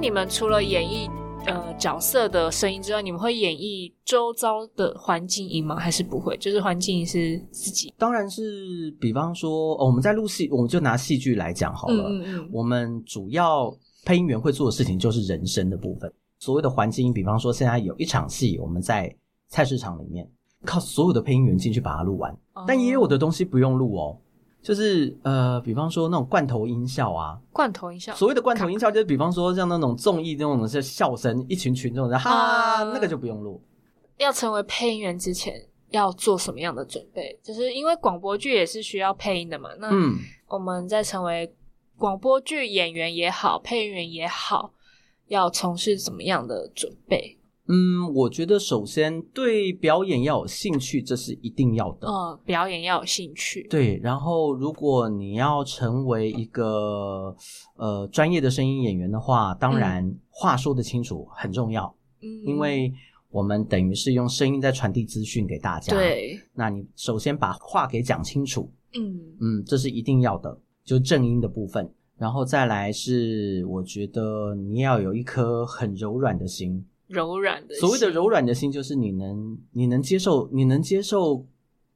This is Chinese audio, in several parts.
你们除了演绎呃角色的声音之外，你们会演绎周遭的环境音吗？还是不会？就是环境音是自己当然是，比方说，哦、我们在录戏，我们就拿戏剧来讲好了。嗯嗯嗯，我们主要配音员会做的事情就是人声的部分。所谓的环境音，比方说现在有一场戏，我们在菜市场里面，靠所有的配音员进去把它录完。但也有哦的东西不用录哦，就是呃，比方说那种罐头音效啊，罐头音效，所谓的罐头音效就是比方说像那种综艺那种是笑声，一群群众在哈，嗯那个就不用录。要成为配音员之前要做什么样的准备？就是因为广播剧也是需要配音的嘛。那嗯，我们在成为广播剧演员也好，配音员也好，要从事怎么样的准备？嗯，我觉得首先对表演要有兴趣，这是一定要的。嗯，表演要有兴趣。对，然后如果你要成为一个呃专业的声音演员的话，当然话说得清楚很重要，嗯，因为我们等于是用声音在传递资讯给大家。，对，那你首先把话给讲清楚，嗯嗯，这是一定要的，就正音的部分。然后再来是，我觉得你要有一颗很柔软的心。柔软的心，所谓的柔软的心，就是你能你能接受你能接受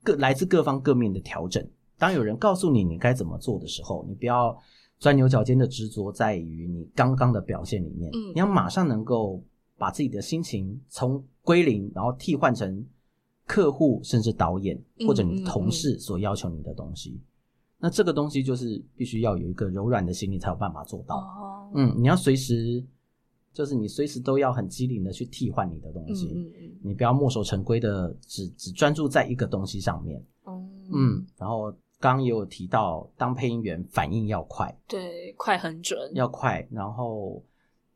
各来自各方各面的调整。当有人告诉你你该怎么做的时候，你不要钻牛角尖的执着在于你刚刚的表现里面，嗯你要马上能够把自己的心情从归零，然后替换成客户甚至导演嗯或者你嗯的同事所要求你的东西。那这个东西就是必须要有一个柔软的心，你才有办法做到。哦，嗯，你要随时，就是你随时都要很机灵的去替换你的东嗯西，嗯嗯你不要墨守成规的只只专注在一个东西上面。嗯嗯，然后刚刚也有提到，当配音员反应要快，对，快很准，要快，然后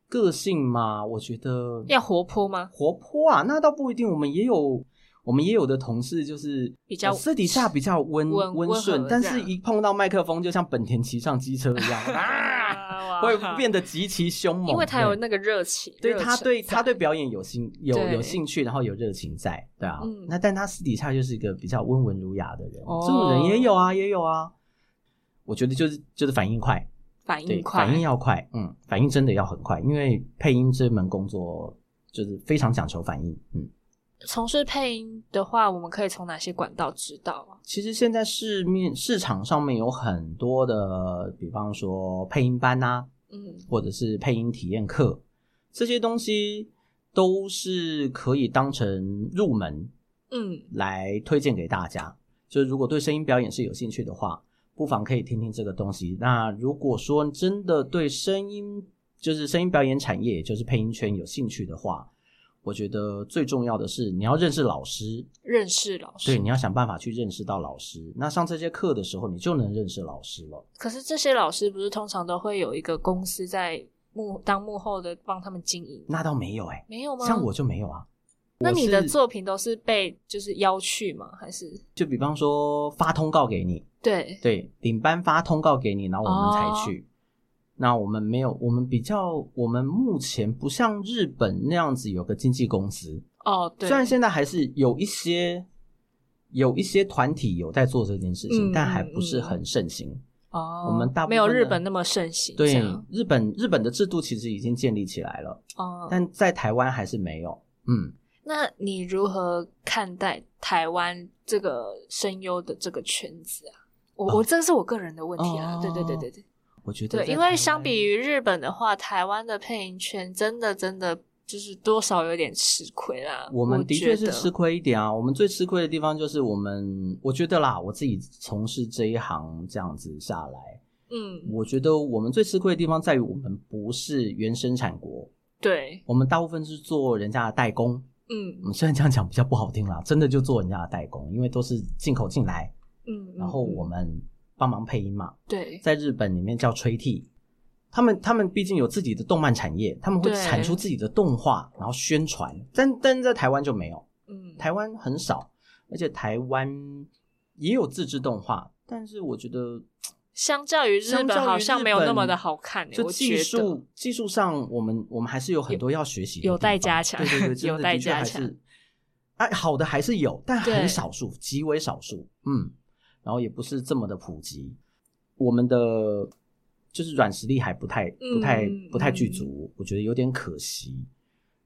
个性嘛，我觉得要活泼吗？活泼啊，那倒不一定，我们也有。我们也有的同事就是比较呃私底下比较温温温和顺，但这是样一碰到麦克风，就像本田骑上机车一 样啊，啊会变，得极其凶猛。因为他有对那个热情，对热他忱对他在对表演有兴有对有兴趣，然后有热情在，对啊。嗯那但他私底下就是一个比较温文儒雅的人，哦这种人也有啊，也有啊。我觉得就是就是反应快，反对应，快，反应要快，嗯，反应真的要很快，因为配音这门工作就是非常讲求反应，嗯。从事配音的话，我们可以从哪些管道知道啊？其实现在市面市场上面有很多的，比方说配音班呐、嗯或者是配音体验课，这些东西都是可以当成入门嗯，来推荐给大家。就是如果对声音表演是有兴趣的话，不妨可以听听这个东西。那如果说真的对声音，就是声音表演产业，也就是配音圈有兴趣的话，我觉得最重要的是你要认识老师，认识老师，对，你要想办法去认识到老师。那上这些课的时候，你就能认识老师了。可是这些老师不是通常都会有一个公司在幕当幕后的帮他们经营？那倒没有哎、没有吗？像我，就没有啊。那你的我是作品都是被就是邀去吗？还是就比方说发通告给你，对？对，领班发通告给你，然后我们哦才去。那我们没有，我们比较，我们目前不像日本那样子有个经纪公司，哦，对，虽然现在还是有一些有一些团体有在做这件事情，嗯但还不是很盛行。哦，我们大部分没有的日本那么盛行，这对样，日本日本的制度其实已经建立起来了，哦。但在台湾还是没有。嗯，那你如何看待台湾这个声优的这个圈子啊？我、哦我这是我个人的问题啊，哦对对对对对。我觉得对，在因台为湾相比于日本的话，台湾的配音圈真的真的就是多少有点吃亏啦。我们的确觉是得吃亏一点啊。我们最吃亏的地方就是我们，我觉得啦，我自己从事这一行这样子下来，嗯，我觉得我们最吃亏的地方在于我们不是原生产国，对，我们大部分是做人家的代工。嗯我们虽然这样讲比较不好听啦，真的就做人家的代工，因为都是进口进来，嗯，然后嗯我们帮忙配音嘛。对在日本里面叫吹替，他们他们毕竟有自己的动漫产业，他们会对产出自己的动画，然后宣传，但但是在台湾就没有。嗯台湾很少，而且台湾也有自制动画，但是我觉得相较于日相本较于好像没有日本那么的好看欸，就我技觉得术技术上，我们我们还是有很多要学习的地方，有待加强对对 对，真的有待的确还加强是。哎，好的还是有，但对很少数，极为少数。嗯，然后也不是这么的普及。我们的就是软实力还不太、嗯不太嗯、不太具足，我觉得有点可惜。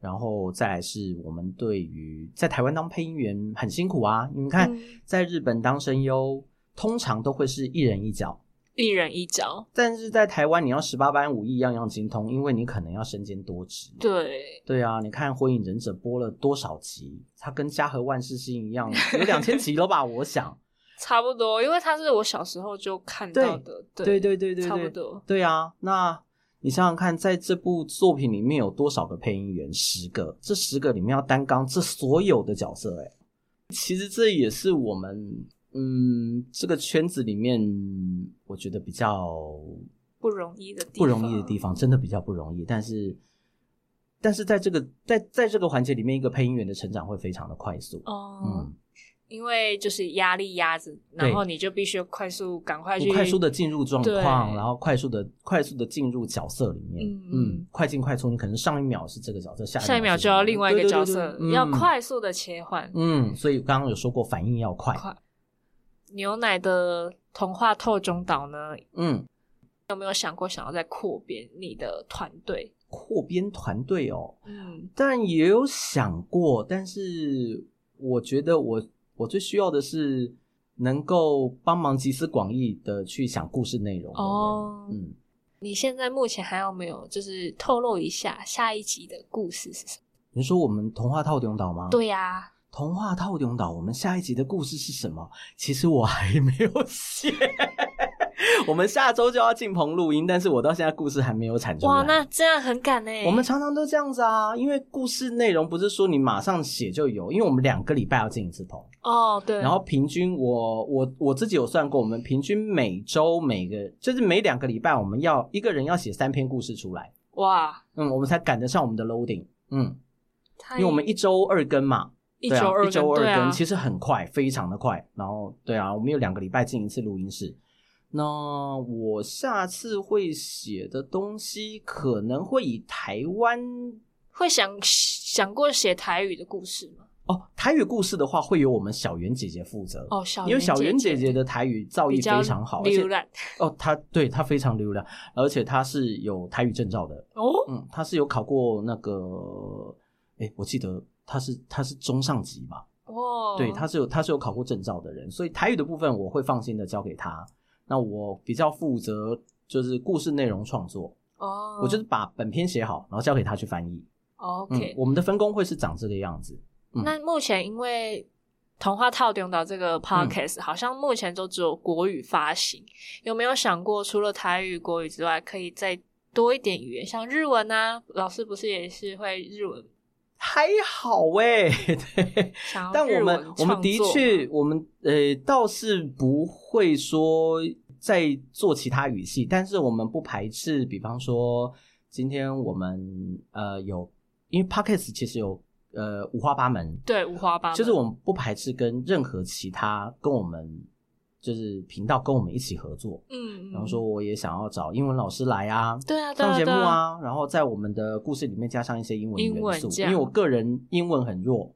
然后再来是我们对于在台湾当配音员很辛苦啊，你们看、嗯在日本当声优通常都会是一人一角，一人一脚，但是在台湾你要十八般武艺样样精通，因为你可能要身兼多职。对，对啊，你看《火影忍者》播了多少集？它跟《家和万事兴》一样，有两千集了吧？我想，差不多，因为它是我小时候就看到的，对对对对对对，差不多，对啊，那你想想看，在这部作品里面有多少个配音员？十个，这十个里面要担纲这所有的角色、欸，其实这也是我们嗯这个圈子里面，我觉得比较不容易的地方，不容易的地方，真的比较不容易。但是，但是在这个在在这个环节里面，一个配音员的成长会非常的快速。哦、嗯，因为就是压力压着，对然后你就必须快速赶快去快速的进入状况，对然后快速的快速的进入角色里面，嗯嗯，快进快出，你可能上一秒是这个角色，下下一秒是就要另外一个对对角对色，对要嗯快速的切换。嗯，所以刚刚有说过反应要快，快牛奶的童话透中岛呢，嗯，有没有想过想要再扩编你的团队？扩编团队哦，嗯，但也有想过，但是我觉得我我最需要的是能够帮忙集思广益的去想故事内容的人哦嗯，你现在目前还有没有就是透露一下下一集的故事是什么？你说我们童话套顶岛吗？。对呀、童话套用岛，我们下一集的故事是什么？其实我还没有写。 我们下周就要进棚录音，但是我到现在故事还没有产出来。哇，那这样很赶呢、欸我们常常都这样子啊，因为故事内容不是说你马上写就有，因为我们两个礼拜要进一次棚，哦，对，然后平均我我我自己有算过，我们平均每周每个就是每两个礼拜，我们要一个人要写三篇故事出来，哇，嗯，我们才赶得上我们的 loading，嗯，太因为我们一周二更嘛，哎一对周啊、二一周更二对啊，其实很快，非常的快。然后对啊，我们有两个礼拜进一次录音室。那我下次会写的东西可能会以台湾会想想过写台语的故事吗？哦台语故事的话，会由我们小圆姐姐负责。哦，小因为小圆圆姐姐姐的台语造比诣较非常好，而且浏览哦，她对她非常溜亮，而且她是有台语证照的，哦，嗯，她是有考过那个，哎，我记得她是她是中上级吧，哇， 对，他是有他是有考过证照的人，所以台语的部分我会放心的交给他。那我比较负责就是故事内容创作，哦，我就是把本篇写好，然后交给他去翻译。嗯 OK，、我们的分工会是长这个样子。嗯那目前因为童话套用到这个 podcast，、好像目前都只有国语发行，有没有想过除了台语、国语之外，可以再多一点语言，像日文啊？老师不是也是会日文，还好哎、 对，想要但日我文们我们的创作确，我们呃倒是不会说在做其他语系，但是我们不排斥，比方说今天我们呃有，因为 p o c k e t 其实有呃五花八门，对五花八门，就是我们不排斥跟任何其他跟我们就是频道跟我们一起合作，嗯，嗯然后说我也想要找英文老师来啊。对啊，对上啊，节目对，啊，然后在我们的故事里面加上一些英文英文元素，这因样为我个人英文很弱，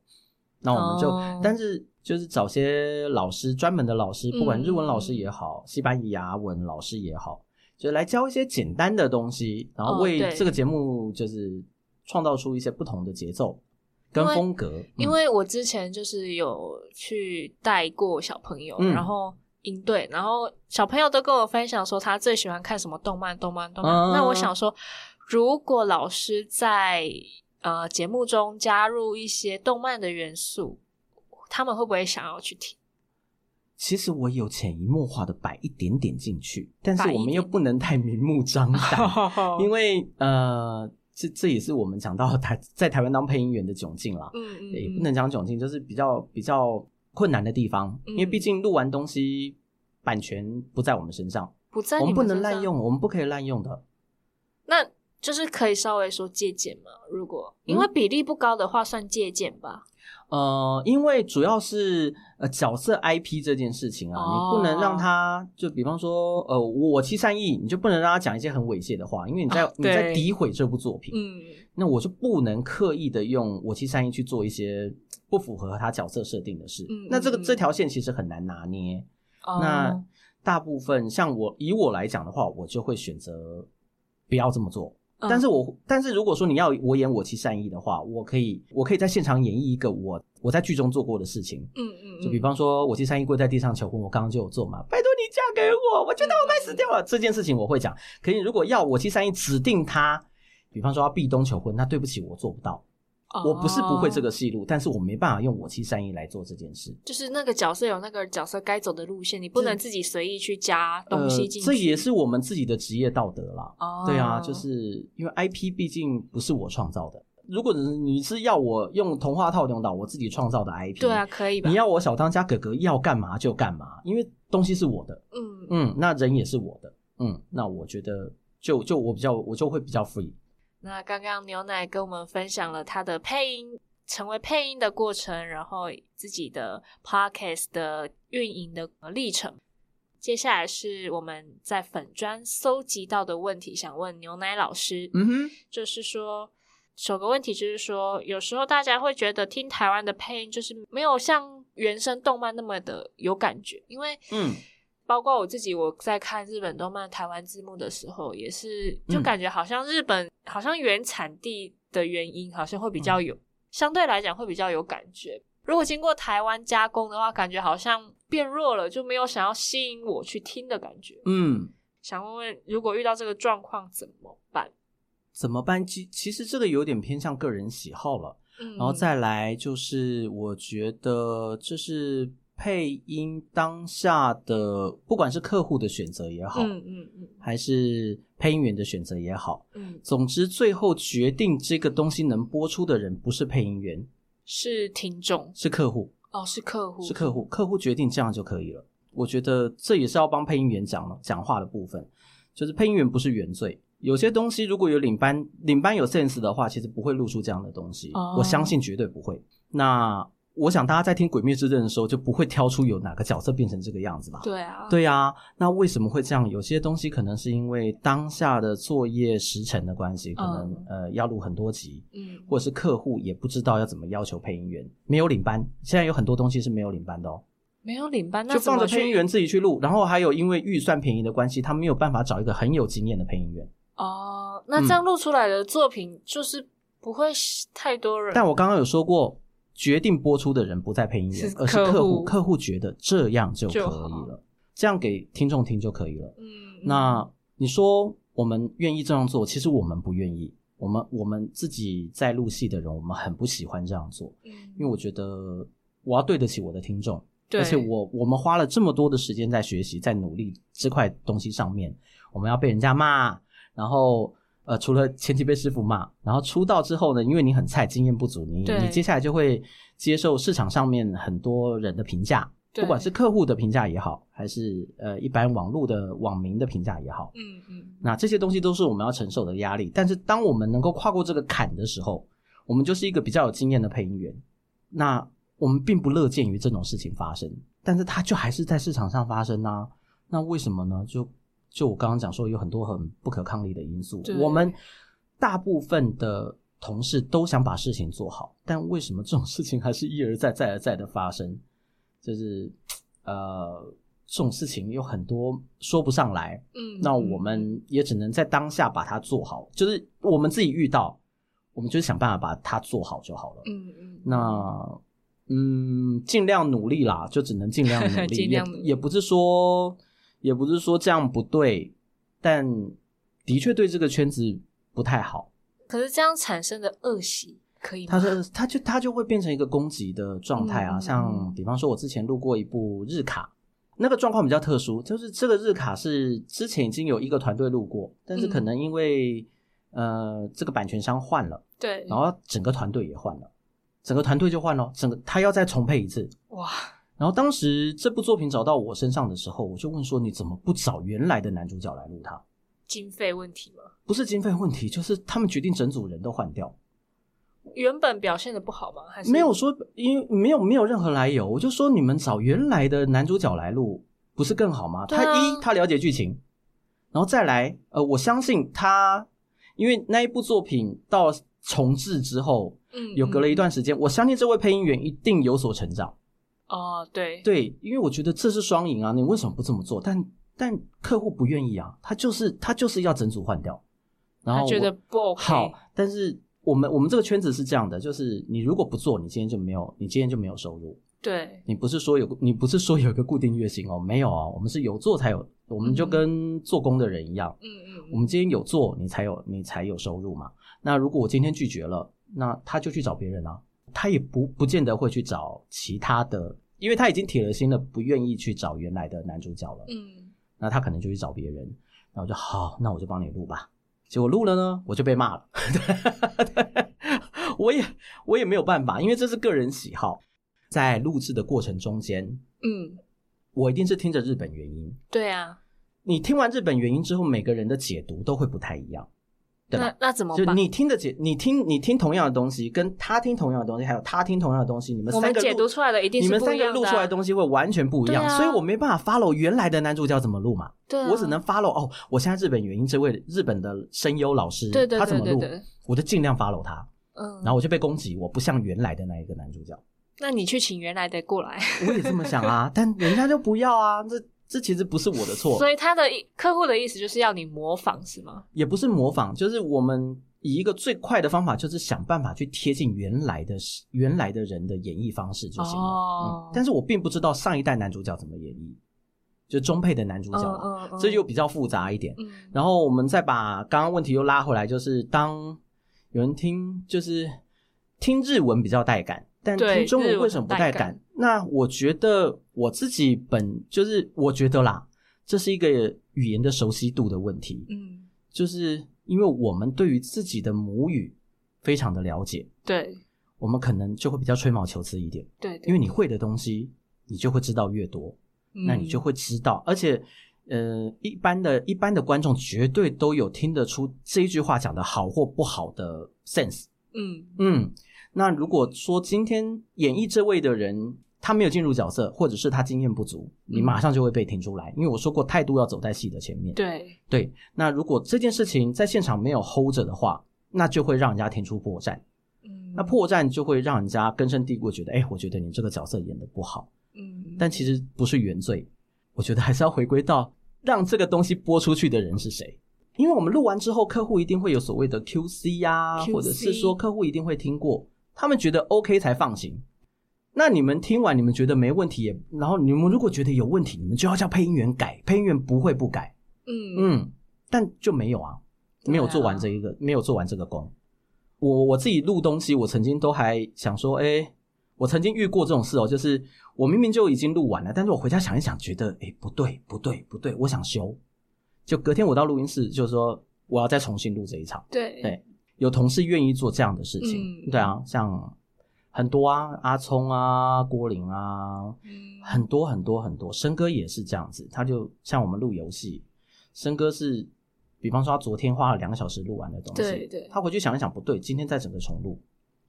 那我们就，哦但是就是找些老师，专门的老师，不管日文老嗯师也好，西班牙文老师也好，就来教一些简单的东西，然哦后为对这个节目就是创造出一些不同的节奏跟因为风格，因嗯为我之前就是有去带过小朋友，嗯然后营队，然后小朋友都跟我分享说他最喜欢看什么动漫，动漫，动漫。嗯那我想说，如果老师在呃节目中加入一些动漫的元素，他们会不会想要去听？其实我有潜移默化的摆一点点进去，但是摆一我们又点不能太明目张胆， 因为为呃，这这也是我们讲到台在台湾当配音员的窘境啦，嗯嗯，也嗯不能讲窘境，就是比较比较困难的地方，因为嗯毕竟录完东西版权不在我们身上，不在我你们不身能滥上，用，我们不可以滥用的。那就是可以稍微说借鉴嘛。如果因嗯为比例不高的话，算借鉴吧。呃，因为主要是呃角色 IP 这件事情啊，哦你不能让他就比方说呃我七善意，你就不能让他讲一些很猥亵的话，因为你在、啊你在对诋毁这部作品。嗯，那我就不能刻意的用我七三一去做一些不符合他角色设定的事。嗯那这个嗯嗯这条线其实很难拿捏。哦那大部分像我以我来讲的话，我就会选择不要这么做。嗯但是我但是如果说你要我演我其善意的话，我可以我可以在现场演绎一个我我在剧中做过的事情，嗯嗯，就比方说我其善意跪在地上求婚，我刚刚就有做嘛，拜托你嫁给我，我觉得我快死掉了、这件事情我会讲。可是如果要我其善意指定他，比方说要壁咚求婚，那对不起我做不到，嗯我不是不会这，哦个戏路，但是我没办法用我其善意来做这件事。就是那个角色有那个角色该走的路线，你不能自己随意去加东西进去。呃这也是我们自己的职业道德啦。哦，对啊，就是因为 IP 毕竟不是我创造的。如果你是要我用童话套用到我自己创造的 IP，对啊，，可以吧？你要我小当家哥哥要干嘛就干嘛，因为东西是我的，嗯嗯，嗯，那人也是我的，嗯，那我觉得就就我比较我就会比较 free，那刚刚牛奶跟我们分享了他的配音，成为配音的过程，然后自己的 podcast 的运营的历程。接下来是我们在粉砖搜集到的问题，想问牛奶老师，嗯哼，就是说，首个问题就是说，有时候大家会觉得听台湾的配音就是没有像原声动漫那么的有感觉，因为嗯，包括我自己，我在看日本动漫台湾字幕的时候，也是就嗯感觉好像日本、好像原产地的原因好像会比嗯较有，相对来讲会比较有感觉。如果经过台湾加工的话，感觉好像变弱了，就没有想要吸引我去听的感觉。嗯，想问问，如果遇到这个状况怎么办？怎么办？其其实这个有点偏向个人喜好了。嗯，然后再来就是，我觉得这是配音当下的，不管是客户的选择也好，嗯嗯嗯还是配音员的选择也好，嗯，总之最后决定这个东西能播出的人不是配音员，是听众是客户，哦，是客户，是客户，客户决定这样就可以了。我觉得这也是要帮配音员讲讲话的部分，就是配音员不是原罪。有些东西如果有领班，领班有 sense 的话，其实不会露出这样的东西。哦我相信绝对不会。那我想大家在听《鬼灭之刃》的时候，就不会挑出有哪个角色变成这个样子吧？对啊，对啊，那为什么会这样？有些东西可能是因为当下的作业时辰的关系，可能、嗯呃要录很多集，嗯，或者是客户也不知道要怎么要求配音员，没有领班。现在有很多东西是没有领班的哦，没有领班，那就怎放么着配音去员自己去录。然后还有因为预算便宜的关系，他没有办法找一个很有经验的配音员。哦，嗯那这样录出来的作品就是不会太多人，但我刚刚有说过，决定播出的人不在配音员是，而是客客户户。客户觉得这样就可以就好了，这样给听众听就可以了。嗯，那你说我们愿意这样做，其实我们不愿意。我们我们自己在录戏的人，我们很不喜欢这样做。因因为我觉得我要对得起我的听众，对，而且我我们花了这么多的时间在学习，在努力这块东西上面，我们要被人家骂，然后呃，除了前期被师傅骂，然后出道之后呢，因为你很菜，经验不足，你对你接下来就会接受市场上面很多人的评价，对不管是客户的评价也好，还是呃一般网络的网民的评价也好，嗯嗯，那这些东西都是我们要承受的压力。但是当我们能够跨过这个坎的时候，我们就是一个比较有经验的配音员。那我们并不乐见于这种事情发生，但是它就还是在市场上发生啊。那为什么呢？就就我刚刚讲说，有很多很不可抗力的因素对。我们大部分的同事都想把事情做好，但为什么这种事情还是一而再、再而再的发生？就是呃，这种事情有很多说不上来，嗯，那我们也只能在当下把它做好，就是我们自己遇到，我们就是想办法把它做好就好了。嗯嗯，那嗯，尽量努力啦，就只能尽量努 力，尽量努力也也不是说也不是说这样不对，但的确对这个圈子不太好。可是这样产生的恶习可以吗？它是它就它就会变成一个攻击的状态啊，嗯像比方说，我之前录过一部日卡。那个状况比较特殊，就是这个日卡是之前已经有一个团队录过，但是嗯可能因为、呃这个版权商换了，对，然后整个团队也换了，整个团队就换了，整个他要再重配一次，哇，然后当时这部作品找到我身上的时候，我就问说：“你怎么不找原来的男主角来录他？经费问题吗？不是经费问题，就是他们决定整组人都换掉，原本表现的不好吗？还是没有说因为没有没有任何来由。我就说你们找原来的男主角来录，不是更好吗？对啊他一他了解剧情，然后再来，呃，我相信他，因为那一部作品到重置之后，嗯有隔了一段时间，我相信这位配音员一定有所成长。哦，对，对，因为我觉得这是双赢啊，你为什么不这么做？但但客户不愿意啊，他就是他就是要整组换掉，然后他觉我得不 OK，好，但是我们我们这个圈子是这样的，就是你如果不做，你今天就没有，你今天就没有收入。对，你不是说有，你不是说有一个固定月薪哦，没有啊，我们是有做才有，我们就嗯跟做工的人一样，嗯嗯我们今天有做，你才有你才有收入嘛。那如果我今天拒绝了，那他就去找别人啊，他也不不见得会去找其他的，因为他已经铁了心了，不愿意去找原来的男主角了。嗯，那他可能就去找别人。那我就好，那我就帮你录吧。结果录了呢，我就被骂了。 我也我也没有办法，因为这是个人喜好。在录制的过程中间，嗯嗯，我一定是听着日本原音。对啊，你听完日本原音之后，每个人的解读都会不太一样，对吧那？那怎么就办？你听的解，你听你听同样的东西，跟他听同样的东西，还有他听同样的东西，你们我们三个解录读出来的一定你是们不三一个样录的出来啊，的东西会完全不一样，对啊所以我没办法 follow 原来的男主角怎么录嘛。对啊，我只能 follow 哦，我现在日本原因这位日本的声优老师，对对他怎对么对录，对，我就尽量 follow 他，嗯，然后我就被攻击，我不像原来的那一个男主角，那你去请原来的过来，我也这么想啊， 但人家就不要啊，这这其实不是我的错，所以他的意客户的意思就是要你模仿是吗？也不是模仿，就是我们以一个最快的方法，就是想办法去贴近原来的原来的人的演绎方式就行了。哦嗯，但是我并不知道上一代男主角怎么演绎，就中配的男主角嘛，嗯嗯嗯这就比较复杂一点。嗯，然后我们再把刚刚问题又拉回来，就是当有人听，就是听日文比较带感，但对听中日文文为什么不带很带感感？那我觉得我自己本就是我觉得啦，这是一个语言的熟悉度的问题，嗯，就是因为我们对于自己的母语非常的了解，对我们可能就会比较吹毛求疵一点，对对，因为你会的东西，你就会知道越多。那你就嗯会知道。而且，呃，一般的一般的观众绝对都有听得出这一句话讲的好或不好的 sense。嗯嗯，那如果说今天演绎这位的人他没有进入角色，或者是他经验不足，你嗯马上就会被听出来。因为我说过，态度要走在戏的前面。对对，那如果这件事情在现场没有 hold 着的话，那就会让人家听出破绽。嗯那破绽就会让人家根深蒂固地觉得，哎，我觉得你这个角色演的不好。嗯，但其实不是原罪，我觉得还是要回归到让这个东西播出去的人是谁。因为我们录完之后，客户一定会有所谓的 QC 呀、 QC 或者是说客户一定会听过，他们觉得 OK 才放行。那你们听完，你们觉得没问题也，然后你们如果觉得有问题，你们就要叫配音员改，配音员不会不改，嗯嗯，但就没有啊，没有做完这一个，没有做完这个工。我我自己录东西，我曾经都还想说，哎、我曾经遇过这种事哦，就是我明明就已经录完了，但是我回家想一想，觉得哎、诶不对不对不对，我想修。就隔天我到录音室，就说我要再重新录这一场。对对有同事愿意做这样的事情，嗯对啊，像很多啊，阿聪啊，郭林啊，嗯很多很多很多，森哥也是这样子，他就像我们录游戏，森哥是，比方说他昨天花了两个小时录完的东西，对对他回去想一想，不对，今天再整个重录，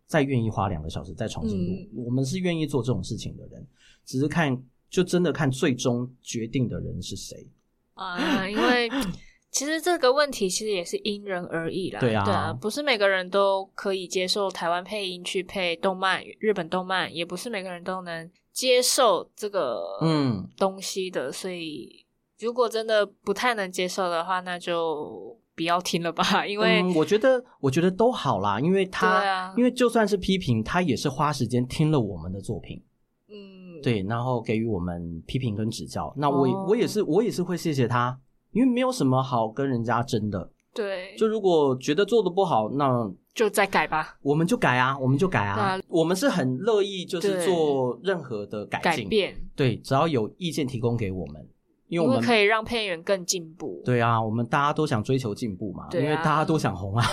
再愿意花两个小时再重新录，嗯我们是愿意做这种事情的人，只是看就真的看最终决定的人是谁，啊，因 为其实这个问题其实也是因人而异啦。对啊不是每个人都可以接受台湾配音去配动漫、日本动漫，也不是每个人都能接受这个嗯，东西的。所以，如果真的不太能接受的话，那就不要听了吧，因为、嗯、我觉得我觉得都好啦，因为他、对啊因为就算是批评，他也是花时间听了我们的作品。嗯，对，然后给予我们批评跟指教。那我也、哦我也是我也是会谢谢他，因为没有什么好跟人家争的。对，就如果觉得做的不好，那就再改吧，我们就改啊，我们就改啊。对我们是很乐意就是对做任何的改改进，变，对，只要有意见提供给我们，因因为我为们可以让配音员更进步。对啊，我们大家都想追求进步嘛，对啊因为大家都想红啊，？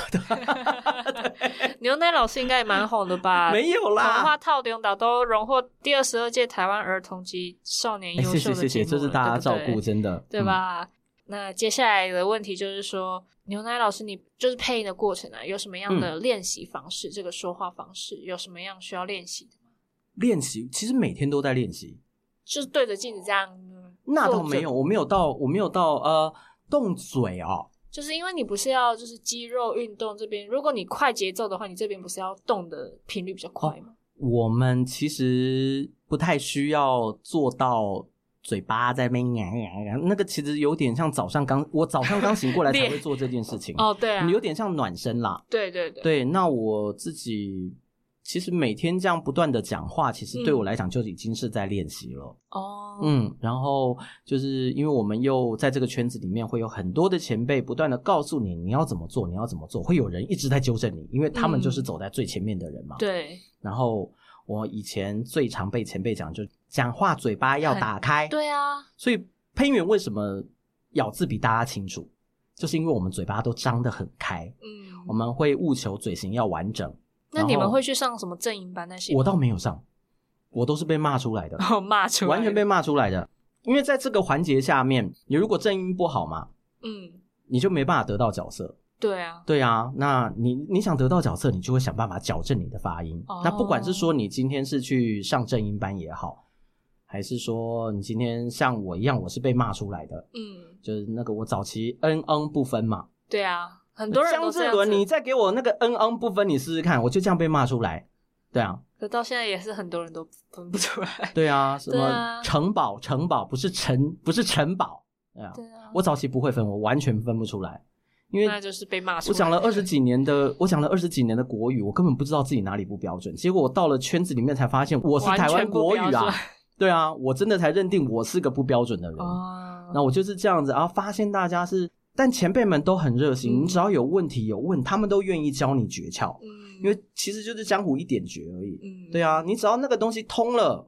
牛奶老师应该也蛮红的吧 没有童话啦。套丁岛都荣获第二十二届台湾儿童及少年哎，优秀谢的节谢目、谢谢，这是大家照对顾，不对真的，嗯对吧？那接下来的问题就是说，牛奶老师，你就是配音的过程啊，有什么样嗯的练习方式？这个说话方式有什么样需要练习的？嗯？练习其实每天都在练习，就是对着镜子这样。嗯那倒做着没有，我没有到，我没有到呃动嘴哦。就是因为你不是要就是肌肉运动这边，如果你快节奏的话，你这边不是要动的频率比较快吗？我们其实不太需要做到嘴巴在那边呀呀呀，那个其实有点像早上刚我早上刚醒过来才练会做这件事情，嗯哦，对啊你，有点像暖身啦。对对对，对，那我自己其实每天这样不断的讲话，其实对嗯我来讲就已经是在练习了。哦，嗯，然后就是因为我们又在这个圈子里面，会有很多的前辈不断的告诉你你要怎么做，你要怎么做，会有人一直在纠正你，因为他们就是嗯走在最前面的人嘛。。对然后我以前最常被前辈讲，就讲话嘴巴要很打开。。对啊，所以配音员为什么咬字比大家清楚，就是因为我们嘴巴都张得很开，嗯我，们会务求嘴型要完整。那你然们后会去上什么正营班那些吗？ 我倒没有上，我都是被骂出来的。哦骂出来，完全被骂出来的。因为在这个环节下面，你如果正音不好嘛，嗯，你就没办法得到角色。对啊，对啊，那你你想得到角色，你就会想办法矫正你的发音。哦那不管是说你今天是去上正音班也好，还是说你今天像我一样，我是被骂出来的，嗯，就是那个我早期嗯嗯不分嘛。对啊，很多人江都这志样伦，子你再给我那个嗯嗯不分，你试试看，我就这样被骂出来。对啊，可到现在也是很多人都分不出来，对啊，什对么啊城堡，城堡不是城，不是城堡。对啊，对啊，我早期不会分，我完全分不出来，因那为就是被骂出来，哦我讲了二十几年的，我讲了二十几年的国语，我根本不知道自己哪里不标准。结果我到了圈子里面才发现，我是完台全湾不国标语啊准，对啊，我真的才认定我是个不标准的人。哦，嗯那我就是这样子，然后发现大家是，但前辈们都很热心，嗯你只要有问题有问，他们都愿意教你诀窍，嗯，因为其实就是江湖一点诀而已。嗯，对啊，你只要那个东西通了，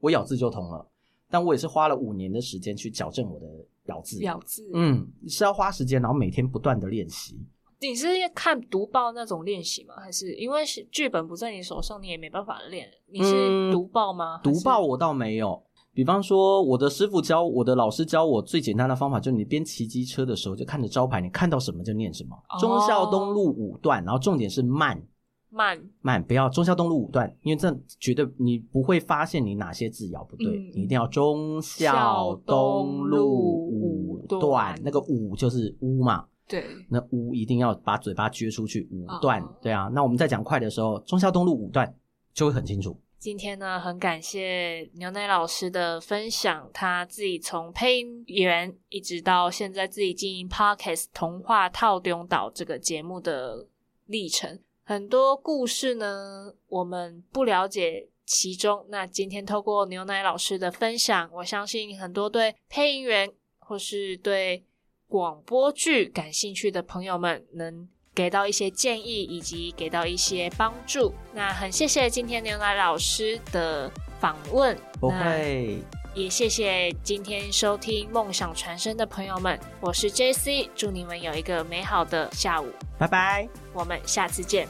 我咬字就通了。但我也是花了五年的时间去矫正我的咬字。咬字，嗯，是要花时间，然后每天不断的练习。你是看读报那种练习吗？还是因为是剧本不在你手上，你也没办法练？你嗯是读报吗？读报啊还是我倒没有，比方说我的师傅教我的老师教我最简单的方法，就是你边骑机车的时候就看着招牌，你看到什么就念什么。哦忠孝东路五段，然后重点是慢慢，慢，不要忠孝东路五段，因为这绝对你不会发现你哪些字咬不对，嗯你一定要忠孝东孝东路五路五段段，那个五就是乌嘛。对，那五一定要把嘴巴撅出去五哦段，对啊。那我们在讲快的时候，中孝东路五段就会很清楚。今天呢，很感谢牛奶老师的分享，他自己从配音员一直到现在自己经营 Podcast《童话套中岛》这个节目的历程，很多故事呢，我们不了解。其中，那今天透过牛奶老师的分享，我相信很多对配音员或是对广播剧感兴趣的朋友们，能给到一些建议，以及给到一些帮助。那很谢谢今天牛奶老师的访问，不那会，也谢谢今天收听《梦想传声》的朋友们，我是 J C，祝你们有一个美好的下午，拜拜。我们下次见，